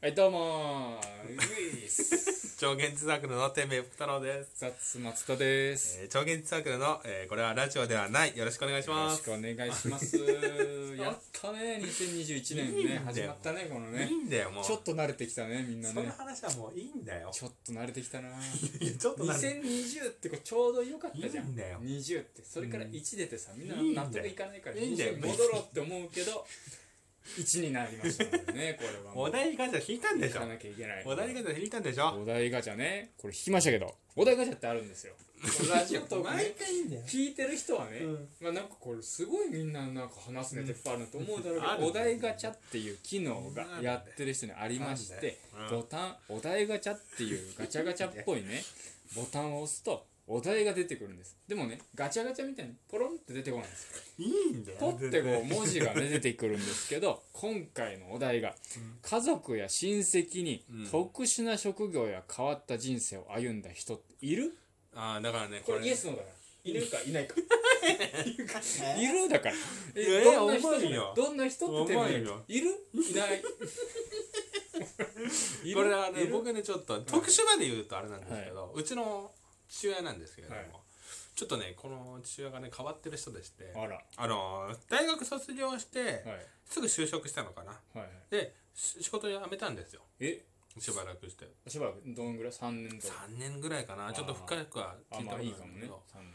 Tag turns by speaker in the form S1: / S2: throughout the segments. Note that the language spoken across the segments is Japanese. S1: はい、どうもー。ういっす
S2: 超現実サークルの天命福太郎です、
S1: ザッツ松田です。
S2: えー、超現実サークルの、えー、これはラジオではないよろしくお願いし
S1: よろ
S2: ま
S1: し
S2: す
S1: くお願いします。やったね、2021年ね、
S2: いいん
S1: 始
S2: だよ
S1: まったね、この
S2: い
S1: ね
S2: い。んだよもう
S1: ちょっと慣れてきたね、みんな
S2: その
S1: ね。
S2: 話はもういいんだよ
S1: ちょっと慣れてきたな。
S2: いやちょっとなんで
S1: 2020ってこうちょうど良かったじゃ
S2: いい
S1: ん。
S2: んだよ
S1: 20って。それから
S2: うん
S1: 1出てさ、みんない
S2: いんだよ
S1: 納得いかないから、
S2: いいんだよ
S1: 20に戻ろうって思うけど、1になりました もんね、これはもう。
S2: お題ガチャ引いたんで
S1: い
S2: しょ
S1: かなきゃいけない。
S2: お題ガチャ引いたんでしょ
S1: お題ガチャねこれ引きましたけどお題ガチャってあるんですよラジオトーク
S2: 毎
S1: ね
S2: 回いいんだよ
S1: 聞いてる人はね、
S2: うん
S1: まあなんかこれすごいみんななんか話すネタいっぱいあるなと思うだろうけど、
S2: うん
S1: お題ガチャっていう機能
S2: なん
S1: が
S2: で
S1: やってる人にありまして、
S2: なんでうん
S1: ボタンお題ガチャっていうガチャガチャっぽいねボタンを押すとお題が出てくるんですでもねガチャガチャみたいにポロンって出てこないんですよ
S2: いいんだよ
S1: 取ってこう文字がね出てくるんですけど今回のお題が「家族や親戚に
S2: うん
S1: 特殊な職業や変わった人生を歩んだ人っている?
S2: ああだからね」
S1: これイエス
S2: の
S1: のだからいるかいない か
S2: え
S1: いるだから
S2: いや
S1: えどんな人
S2: 重
S1: じ
S2: い
S1: ゃ
S2: よ
S1: ないどんな人って手前
S2: 重いよ
S1: いるいないいる
S2: これはね
S1: いる
S2: 僕ねちょっと特殊まで言うとあれなんですけど、うちの父親なんですけれども、
S1: はい
S2: ちょっとねこの父親がね変わってる人でして
S1: あらは
S2: あのー大学卒業して、
S1: いはい
S2: すぐ就職したのかな
S1: はい
S2: でし仕事辞めたんですよ
S1: え
S2: しばらくして
S1: しばらくどんぐらい3年とか
S2: 3年ぐらいか
S1: あ
S2: な
S1: ー
S2: ちょっと深くは
S1: あ
S2: 聞いた
S1: まあい
S2: ことない
S1: い
S2: んだ
S1: かも
S2: け
S1: ね
S2: ど
S1: 3年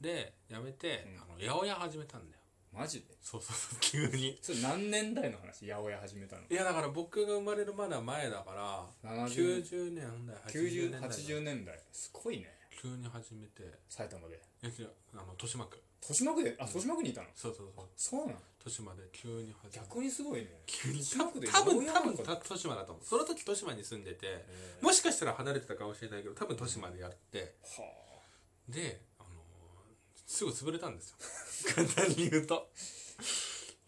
S2: で辞めて、
S1: うん
S2: あの八百屋始めたんだよ
S1: マジで
S2: そうそうそう急に
S1: それ何年代の話八百屋始めたの
S2: いやだから僕が生まれるまだ前だから
S1: 70
S2: 90年代80
S1: 90
S2: 年代
S1: 80年代すごいね
S2: 急に始めて
S1: 埼玉で
S2: え違うあの豊島区
S1: 豊島区であ豊島区にいたの
S2: そうそうそう
S1: そうなの
S2: 豊島で急に始めて
S1: 逆にすごいね
S2: 急に
S1: 近くで
S2: 多分
S1: 八百屋
S2: 多
S1: な
S2: 分
S1: んか
S2: た豊島だと思うその時豊島に住んでて
S1: えー
S2: もしかしたら離れてたかもしれないけど多分豊島でやって、
S1: は
S2: で、あのーすぐ潰れたんですよ 簡単に言うと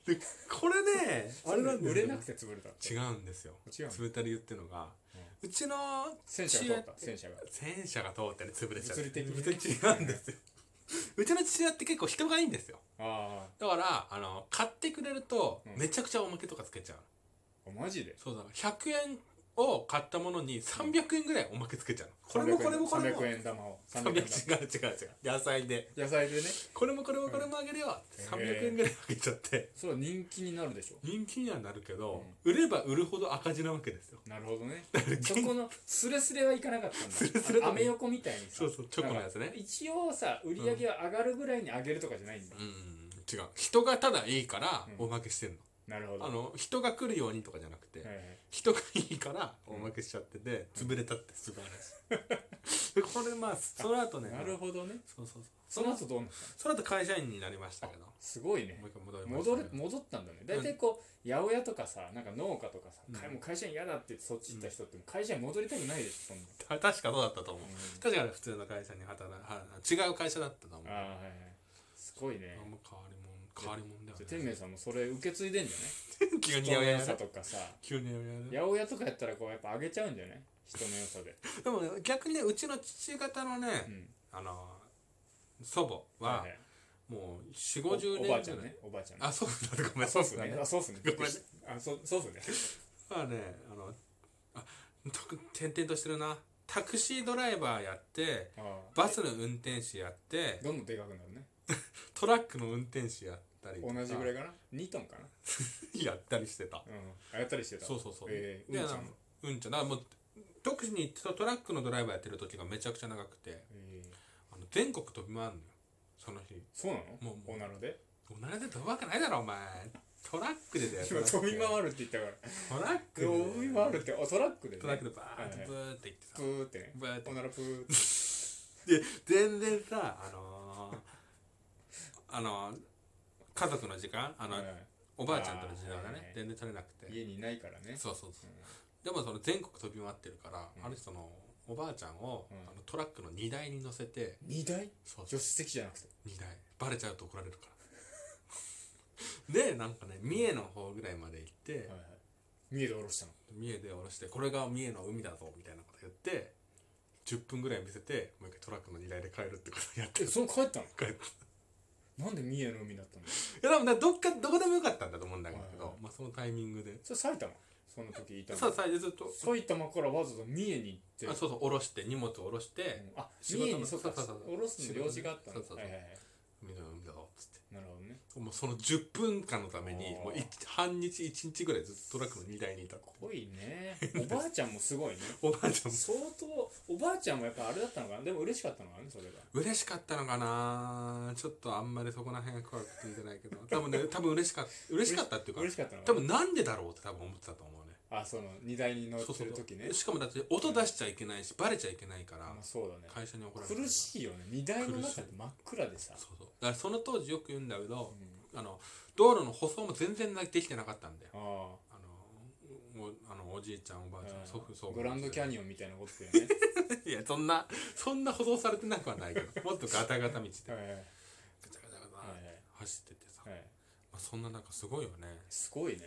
S2: でこれ ね
S1: あ
S2: あれなん
S1: 売
S2: です
S1: れ
S2: よ
S1: なくて潰れたって
S2: 違うんですよ
S1: 違うの
S2: 潰れた理由っていうのが、うちの
S1: 戦車が通った戦車が
S2: 戦車が通ってね潰れちゃって
S1: 物理的にね
S2: 違うんですようちの父親って結構人がいいんですよ
S1: あ
S2: だからあの買ってくれると
S1: うん
S2: めちゃくちゃおまけとかつけちゃう、
S1: あマジで
S2: そうだ100円を買ったものに300円ぐらいおまけつけちゃうのこれもこれもこれも
S1: 300円玉を300
S2: 300違
S1: 円玉
S2: う違う違う野菜で
S1: 野菜でね
S2: これもこれもこれもあげるよ、
S1: うん
S2: 300円ぐらいあげちゃって
S1: それは人気になるでしょ
S2: 人気にはなるけど、売れば売るほど赤字なわけですよ
S1: なるほど ねそこのスレスレはいかなかったんだ
S2: スレスレだ
S1: あのアメ横みたいにさ
S2: そうそうチョコのやつね
S1: なんか一応さ売り上げは上がるぐらいに上げるとかじゃないんだ
S2: うん違う人がただいいから
S1: うん
S2: おまけしてんの,、
S1: なるほど
S2: あ
S1: はい
S2: の人が来るようにとかじゃなくて、
S1: はい
S2: 人がいいからおまけしちゃってて、潰れたってすごい話 でこれまあその後ね
S1: なるほどね
S2: そうそうそ
S1: そうの後どうなったの
S2: その後会社員になりましたけども
S1: すごいね
S2: う一回戻りました
S1: 戻
S2: け
S1: れ
S2: ど
S1: 戻ったんだね大体こう八百屋とかさなんか農家とかさ、かもう会社に嫌だって言ってそっち行った人ってもう会社に戻りたくないでしょそんな、
S2: た確かそうだったと思う、
S1: うん
S2: 確かに普通の会社に働は違う会社だったと思う
S1: ああはいはいすごいね
S2: あんま変わりもん変わりもんだよ
S1: じゃあ天
S2: ね
S1: 明さんもそれ受け継いでんじ
S2: 急
S1: ゃない
S2: に
S1: 人の
S2: や
S1: 良
S2: めや
S1: さ
S2: る
S1: とかさ
S2: 急にやめや
S1: 八
S2: る
S1: 百屋とかやったらこうやっぱ上げちゃうんじゃない人の良さで、
S2: でもね逆にねうちの父方のね、
S1: うん、
S2: あの祖母は、
S1: いい
S2: もう4
S1: お
S2: 五5 0
S1: お
S2: 年
S1: ばあちゃん
S2: ぐらい
S1: ねおばあちゃんね
S2: あそうだごめん
S1: そう
S2: 祖
S1: っす
S2: 父だ
S1: ね
S2: ね
S1: あそうっすね
S2: ごめんね
S1: あそうそうっすね
S2: まあねあのあとく転々としてるなタクシードライバーやって
S1: ああ
S2: バスの運転手やって
S1: どんどんでかくなるね
S2: トラックの運転手やったりとか
S1: 同じぐらいかな2トンかな、
S2: やったりしてた
S1: うん、あやったりしてた
S2: そうそうそう、
S1: えー
S2: で
S1: うん
S2: あ
S1: ちゃん
S2: のうんちゃんだからもう特にトトラックのドライバーやってる時がめちゃくちゃ長くて
S1: えー
S2: あの全国飛び回るのよその日
S1: そうなの
S2: もうもう
S1: おならで
S2: おならで飛ぶわけないだろお前トラックでだよ
S1: 今飛び
S2: る
S1: 回るって言ったから
S2: トラックで
S1: 飛び回るってあトラックでね
S2: トラックでバーッとブーって行ってさ
S1: プーってね
S2: ブーって
S1: おならプーって
S2: で全然さあのー、あのー、家族の時間あの、
S1: はいはい
S2: おばあちゃんとの時間
S1: あ
S2: が
S1: ーはいはい
S2: ね、全然取れなくて
S1: 家にいないからね
S2: そうそうそう
S1: うん
S2: でもその全国飛び回ってるから、
S1: うん
S2: ある人のおばあちゃんを、
S1: うん
S2: あのトラックの荷台に乗せて
S1: 荷台
S2: そう
S1: 助手席じゃなくて
S2: 荷台バレちゃうと怒られるから でなんかね三重の方ぐらいまで行って、
S1: はいはい三重で降ろしたの
S2: 三重で降ろしてこれが三重の海だぞみたいなこと言って10分ぐらい見せてもう一回トラックの荷台で帰るってことをやって
S1: え
S2: る
S1: その帰ったの
S2: 帰って
S1: なんで三重の海だったの
S2: いやでもねどっかどこでもよかったんだと思うんだけど、
S1: はいはいはい
S2: まあ、そのタイミングで
S1: それ埼玉そその時いたの
S2: そう最初ずっと
S1: 埼玉からわざわざ三重に行
S2: あ
S1: って
S2: そうそう下ろして荷物下ろして
S1: うんあ
S2: 仕
S1: 三
S2: 事の
S1: 重にそっか
S2: そうそうそう
S1: 下ろすの用事があった
S2: そ
S1: の
S2: うそうそう
S1: はいはいはい
S2: 海だ海だっつっ
S1: なるほどね
S2: てもうその10分間のために
S1: あー
S2: もうい半日1日ぐらいずっとトラックの荷台にいた
S1: すごいねおばあちゃんもすごいね
S2: おばあちゃんも
S1: 相当おばあちゃんもやっぱあれだったのかなでも嬉しかったのかなそれが
S2: 嬉しかったのかなちょっとあんまりそこら辺が詳しく聞いてないけど 多分ね多分嬉しかった嬉しかったっていうか
S1: 嬉しかったのか
S2: 多
S1: な
S2: 分なんでだろうって多分思ってたと思うね
S1: あその荷台に乗ってる時ね
S2: しかもだって音出しちゃいけないしバレちゃいけないから
S1: まあそうだね
S2: 会社に怒られる
S1: 苦しいよね荷台の中って真っ暗でさ
S2: そうそうだからその当時よく言うんだけど、
S1: うん
S2: あの道路の舗装も全然なできてなかったんだよ
S1: あ
S2: あのもうあのおじいちゃんおばあ
S1: あ
S2: ちゃん、祖父祖
S1: うん
S2: 母
S1: グランドキャ
S2: ニ
S1: ニオンみたいなことだよね
S2: オン いやそんなそんな舗装されてなくはないけどもっとガタガタ道でガチャ
S1: は
S2: ガ
S1: いはいはい
S2: チャガタ走っててさ、
S1: はい
S2: まあ、そんな中すごいよね
S1: すごいね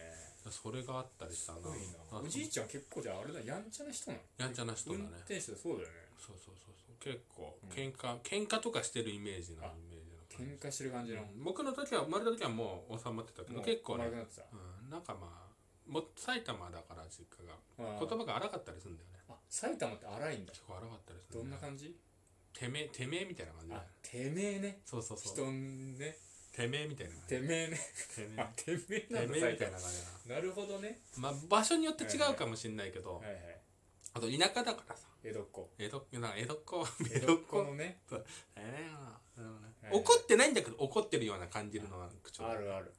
S2: それがあったりしたな
S1: すごい
S2: あ
S1: なおじいちゃん結構じゃああれだやんちゃな人なの
S2: やんちゃな人だね
S1: 運転手そうだよね
S2: そうそうそうそう結構
S1: うん
S2: 喧嘩、喧嘩とかしてるイメージなイ
S1: あ
S2: メージの感じ
S1: 喧嘩してる感じの
S2: うん僕の時は生まれた時はもう収まってたけど
S1: もう
S2: 結構ね
S1: 丸くなってた
S2: うん、なんかまあもう埼玉だから実家が
S1: あ
S2: 言葉が荒かったりするんだよね
S1: あ埼玉って荒いんだ
S2: 結構荒かったりする
S1: どん
S2: だ
S1: な
S2: よ
S1: 感
S2: ね
S1: じ
S2: てめえてめえみたいな感じだよ
S1: あ
S2: ね
S1: てめえね
S2: そうそうそ
S1: 人
S2: うん
S1: ね
S2: てめえみたいな感じ
S1: てめえね
S2: てめ
S1: あてめえ
S2: え
S1: な
S2: て
S1: ん
S2: め
S1: だ
S2: え
S1: 埼
S2: みたい
S1: 玉
S2: な感じだ
S1: なるほどね
S2: なまあ場所によって違うかもしれないけど、
S1: はいはい
S2: あと田舎だからさ
S1: 江戸っ子
S2: 江戸っ子なんか江戸っ子
S1: 江
S2: 江
S1: 戸
S2: 戸
S1: っ
S2: っ
S1: 子
S2: 子
S1: のね
S2: ええなでもね
S1: はいはい
S2: 怒ってないんだけど怒ってるような感じるのは口調
S1: あるある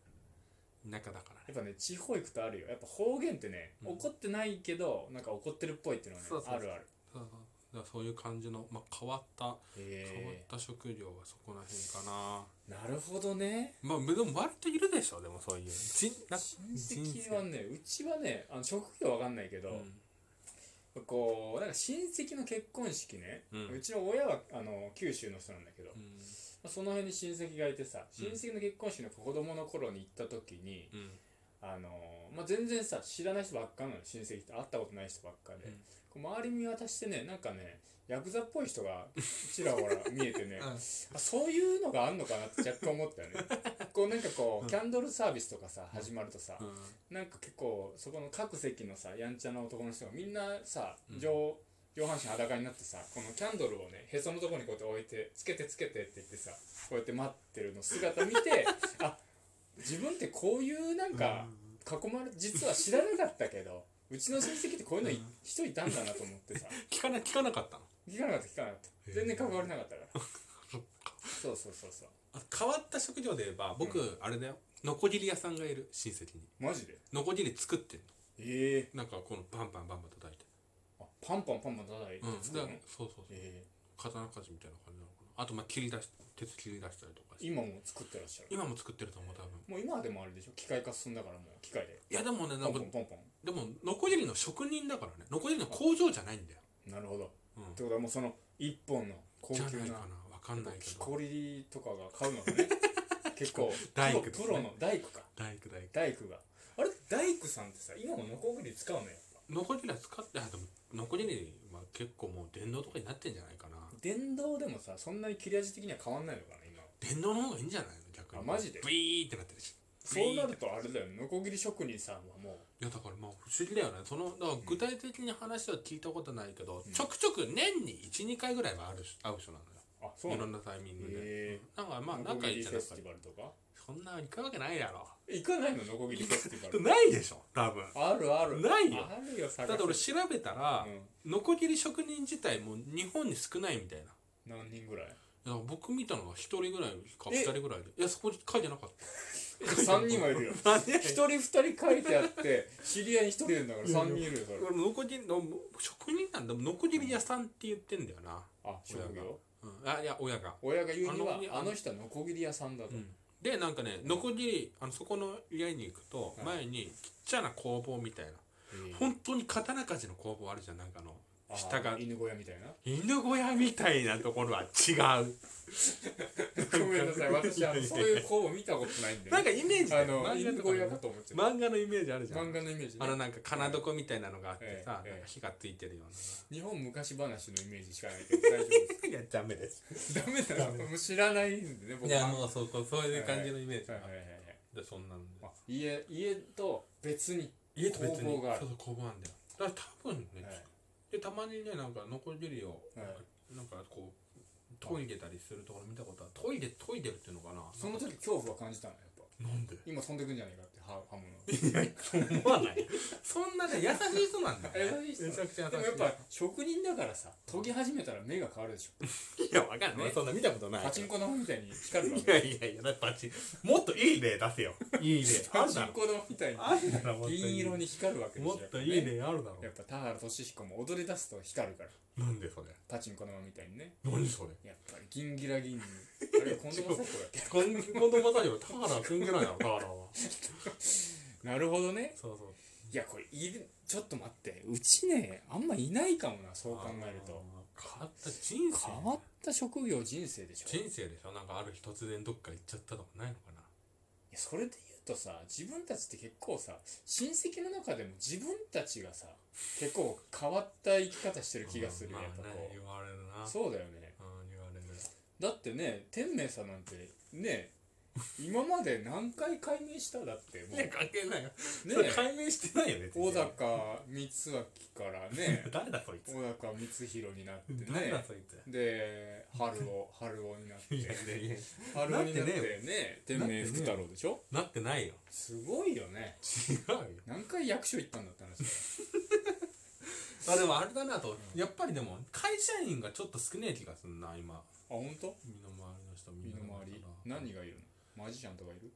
S2: 田舎だからね
S1: やっぱね地方行くとあるよやっぱ方言ってね、
S2: うん
S1: 怒ってないけどなんか怒ってるっぽいっていうのはね
S2: そうそうそう
S1: あるある
S2: そうそうだからそういう感じの、まあ、変わった変わっ
S1: へ
S2: た食料はそこら辺かな
S1: えなるほどね
S2: まあでも割といるでしょでもそういう人
S1: 親戚はねうちはねあの職業わかんないけど、こうなんか親戚の結婚式ね、
S2: う
S1: うんちの親はあの九州の人なんだけど、
S2: う
S1: ま
S2: ん
S1: あその辺に親戚がいてさ親戚の結婚式の子供の頃に行った時に、
S2: うん
S1: あのーまあ、全然さ知らない人ばっかなの親戚って会ったことない人ばっかで、こう周り見渡してねなんかねヤクザっぽい人がちらほ ら見えてね、
S2: うん
S1: あそういうのがあんのかなって若干思ったよねこうなんかこう、キャンドルサービスとかさ始まるとさ、
S2: うん
S1: なんか結構そこの各席のさやんちゃな男の人がみんなさ
S2: うん
S1: 上,、上半身裸になってさこのキャンドルをねへそのとこにこうやって置いてつけてつけてって言ってさこうやって待ってるの姿見 てあ自分ってこういうなんか囲まれ実は知らなかったけどうちの親戚ってこういうのい
S2: うん
S1: 人いたんだなと思 ってさ
S2: 聞かな聞かなかったの
S1: 聞かなかった聞かなかった全然関われなかったから
S2: そっか
S1: そうそうそうそう
S2: あ変わった食料で言えば僕、
S1: う
S2: あれだよノコギリ屋さんがいる親戚に
S1: マジで
S2: ノコギリ作ってん
S1: ええ
S2: のなんかこのバンバンバンバン叩いて、
S1: あパンパンパンパン叩いて
S2: うん、
S1: 作る
S2: だ
S1: の、
S2: からそうそうそう
S1: え
S2: 刀鍛冶みたいな感じなのかなあとまあ切り出し鉄切り出したりとかして
S1: 今も作ってらっしゃる
S2: 今も作ってると思う多分
S1: もう今はでもあれでしょ機械化進んだからもう機械で
S2: いやでもねな
S1: ポ
S2: ん
S1: ンポ
S2: か
S1: ンポンポ
S2: でもノコギリの職人だからねノコギリの工場じゃないんだよ、
S1: ンなるほどっ
S2: うん、
S1: てことはもうその一本の高
S2: じ
S1: 級
S2: ゃないかな
S1: な
S2: わかんないけ
S1: 木
S2: ど
S1: こりとかが買うのが ね結構
S2: 大工
S1: プロ
S2: ですね
S1: プロの大工か
S2: 大工大工
S1: 大工があれ大工さんってさ今もノコギリ使うのよ
S2: 残りは使ってあでも残りは結構もう電動とかになってんじゃないかな
S1: 電動でもさそんなに切れ味的には変わんないのかな今
S2: 電動の方がいいんじゃないの逆に
S1: あマジで
S2: ブイーってなってるし
S1: そうなるとあれだよねノコギリ職人さんはも
S2: いやだからまあ不思議だよねそのだから具体的に話は聞いたことないけど、
S1: うん
S2: ちょくちょく年に12回ぐらいはあるし会う人なのよ
S1: うあそうない
S2: ろ
S1: の
S2: んなタイミングで、
S1: へ
S2: なんかまあ
S1: えノコ
S2: 仲
S1: ギ
S2: い
S1: リ
S2: いじゃ
S1: フェ
S2: なく
S1: スティバルとか
S2: そんな行くわけないやろ
S1: 行かないのノコギリフェスティバル
S2: ないでしょ多分
S1: あるある
S2: ないよ
S1: あるよ探せ
S2: だって俺調べたら
S1: う、
S2: ノコギリ職人自体も日本に少ないみたいなん
S1: 何人ぐらい
S2: いや僕見たのが1人ぐらいか
S1: え
S2: 2人ぐらいでいやそこに書いてなかった
S1: 3人はいるよ
S2: 何
S1: 一人二人書いてあって知り合いに一人いるんだから三人いるよそれ
S2: 俺ノコギリの職人なんだノコギリ屋さんって言ってんだよな、
S1: あ職業
S2: うん、あいや親が、
S1: 親が言うには
S2: あの
S1: あの人はノコギリ屋さんだと
S2: うん、でなんかねノコギリあのそこの家に行くと
S1: はい
S2: 前にちっちゃな工房みたいな本当に刀鍛冶の工房あるじゃんなんかあの
S1: あー
S2: 下が
S1: 犬小屋みたい な
S2: 犬小屋みたいなところは違う
S1: ごめんなさい私あのそういう子を見たことないんで
S2: なん
S1: ね
S2: かイメージだ
S1: あ
S2: よ
S1: の
S2: 漫
S1: 犬
S2: 画とか
S1: 小
S2: で
S1: 屋
S2: も
S1: かと思っちゃっ
S2: 漫画のイメージあるじ
S1: た
S2: ゃん
S1: 漫画のイメージ
S2: あの
S1: ね
S2: なんか金床みたいなのがあってさ、
S1: ええ
S2: なんか火がついてるような
S1: 日本昔話のイメージしかないけど大丈夫で
S2: いや ダメです
S1: すダメだなもう知らないんでね
S2: い
S1: 僕
S2: や
S1: は
S2: もうそうこうそういう感じのイメージ
S1: はい
S2: が
S1: はいはいはい
S2: でそんなんで
S1: あ家家と別に
S2: 家と別に
S1: 工房がある
S2: そうそう工房なんだよだから多分ね、
S1: はい
S2: でたまにねなんか残りを、
S1: はい
S2: なんかこう研いでたりするところ見たことは研いで研いでるっていうのかな
S1: その時恐怖は感じたのやっぱ
S2: なんで
S1: 今飛んでくんじゃないかって刃刃物
S2: 思わない そんなね優しい人なんだよね
S1: 優しい人
S2: めちゃくちゃ優し
S1: で
S2: い
S1: もやっぱ職人だからさ研ぎ始めたら目が変わるでしょ
S2: いやわかんない、
S1: ね
S2: そんな見たことない
S1: パチンコ玉みたいに光るわ
S2: い
S1: け
S2: やいやいやだってパチンもっといい例出せよいい例あ
S1: パ
S2: る
S1: チ
S2: だ
S1: ン
S2: ろ
S1: コ玉みたい
S2: あ
S1: に
S2: るだろもっといい
S1: 銀色に光るわけでし
S2: も
S1: ょ
S2: っといい
S1: ね
S2: 例あるだろ
S1: やっぱ田原俊彦も踊り出すと光るから
S2: なんでそれ
S1: パチンコ玉みたいにね
S2: 何それ
S1: やっぱりギンギラギンにあれ近藤正彦だっけ
S2: 今度まさに田原くんぐらいなの田原は
S1: なるほどね
S2: そうそう
S1: いやこれいるちょっと待ってうちねあんまいないかもなそう考えると
S2: 変わった人生
S1: 変わった職業人生でしょ
S2: 人生でしょなんかある日突然どっか行っちゃったとかないのかない
S1: やそれで言うとさ自分たちって結構さ親戚の中でも自分たちがさ結構変わった生き方してる気がする
S2: ま
S1: や
S2: あ
S1: っ
S2: ね
S1: ぱこ
S2: 言われるな
S1: うそうだよね
S2: うん言われる
S1: だってね天明さんなんてね今まで何回解明しただっても
S2: いうや
S1: ね
S2: 関係ないよそれ解明してないよね
S1: 小高光明から ね
S2: 誰だそいつ
S1: 小高光弘になって
S2: 誰だ
S1: ね
S2: そいつ
S1: で春尾春尾になっ
S2: いや
S1: て
S2: いやい
S1: 春尾になって
S2: なって
S1: ね天明福太郎でしょ
S2: やなってないよ
S1: すごいよね
S2: 違うよ
S1: 何回役所行ったんだって話だよ
S2: あでもあれだなと、やっぱりでも会社員がちょっと少ねえ気がするな今
S1: あ本当？
S2: 身の回りの人
S1: 身の回り何がいるのマジシャンとかいる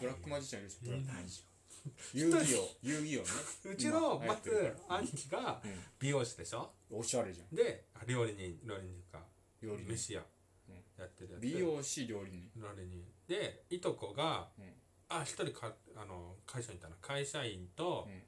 S1: ブラックマ
S2: ジ
S1: ジシャンいるでしょ
S2: い
S1: ブラ
S2: な
S1: ッ
S2: い
S1: ク
S2: よ
S1: マジシャン 遊戯王遊戯王ね
S2: うちの
S1: 今
S2: ま
S1: 流行って
S2: ず
S1: るから
S2: 兄貴が
S1: うん
S2: 美容師でしょ
S1: おしゃれじゃん
S2: であ料理人料理人か
S1: 料理人
S2: 飯屋
S1: うん
S2: やってるやつ
S1: 美容師料理人
S2: 料理人でいとこが
S1: うん
S2: あ一人かあの会社員いたな会社員と
S1: うん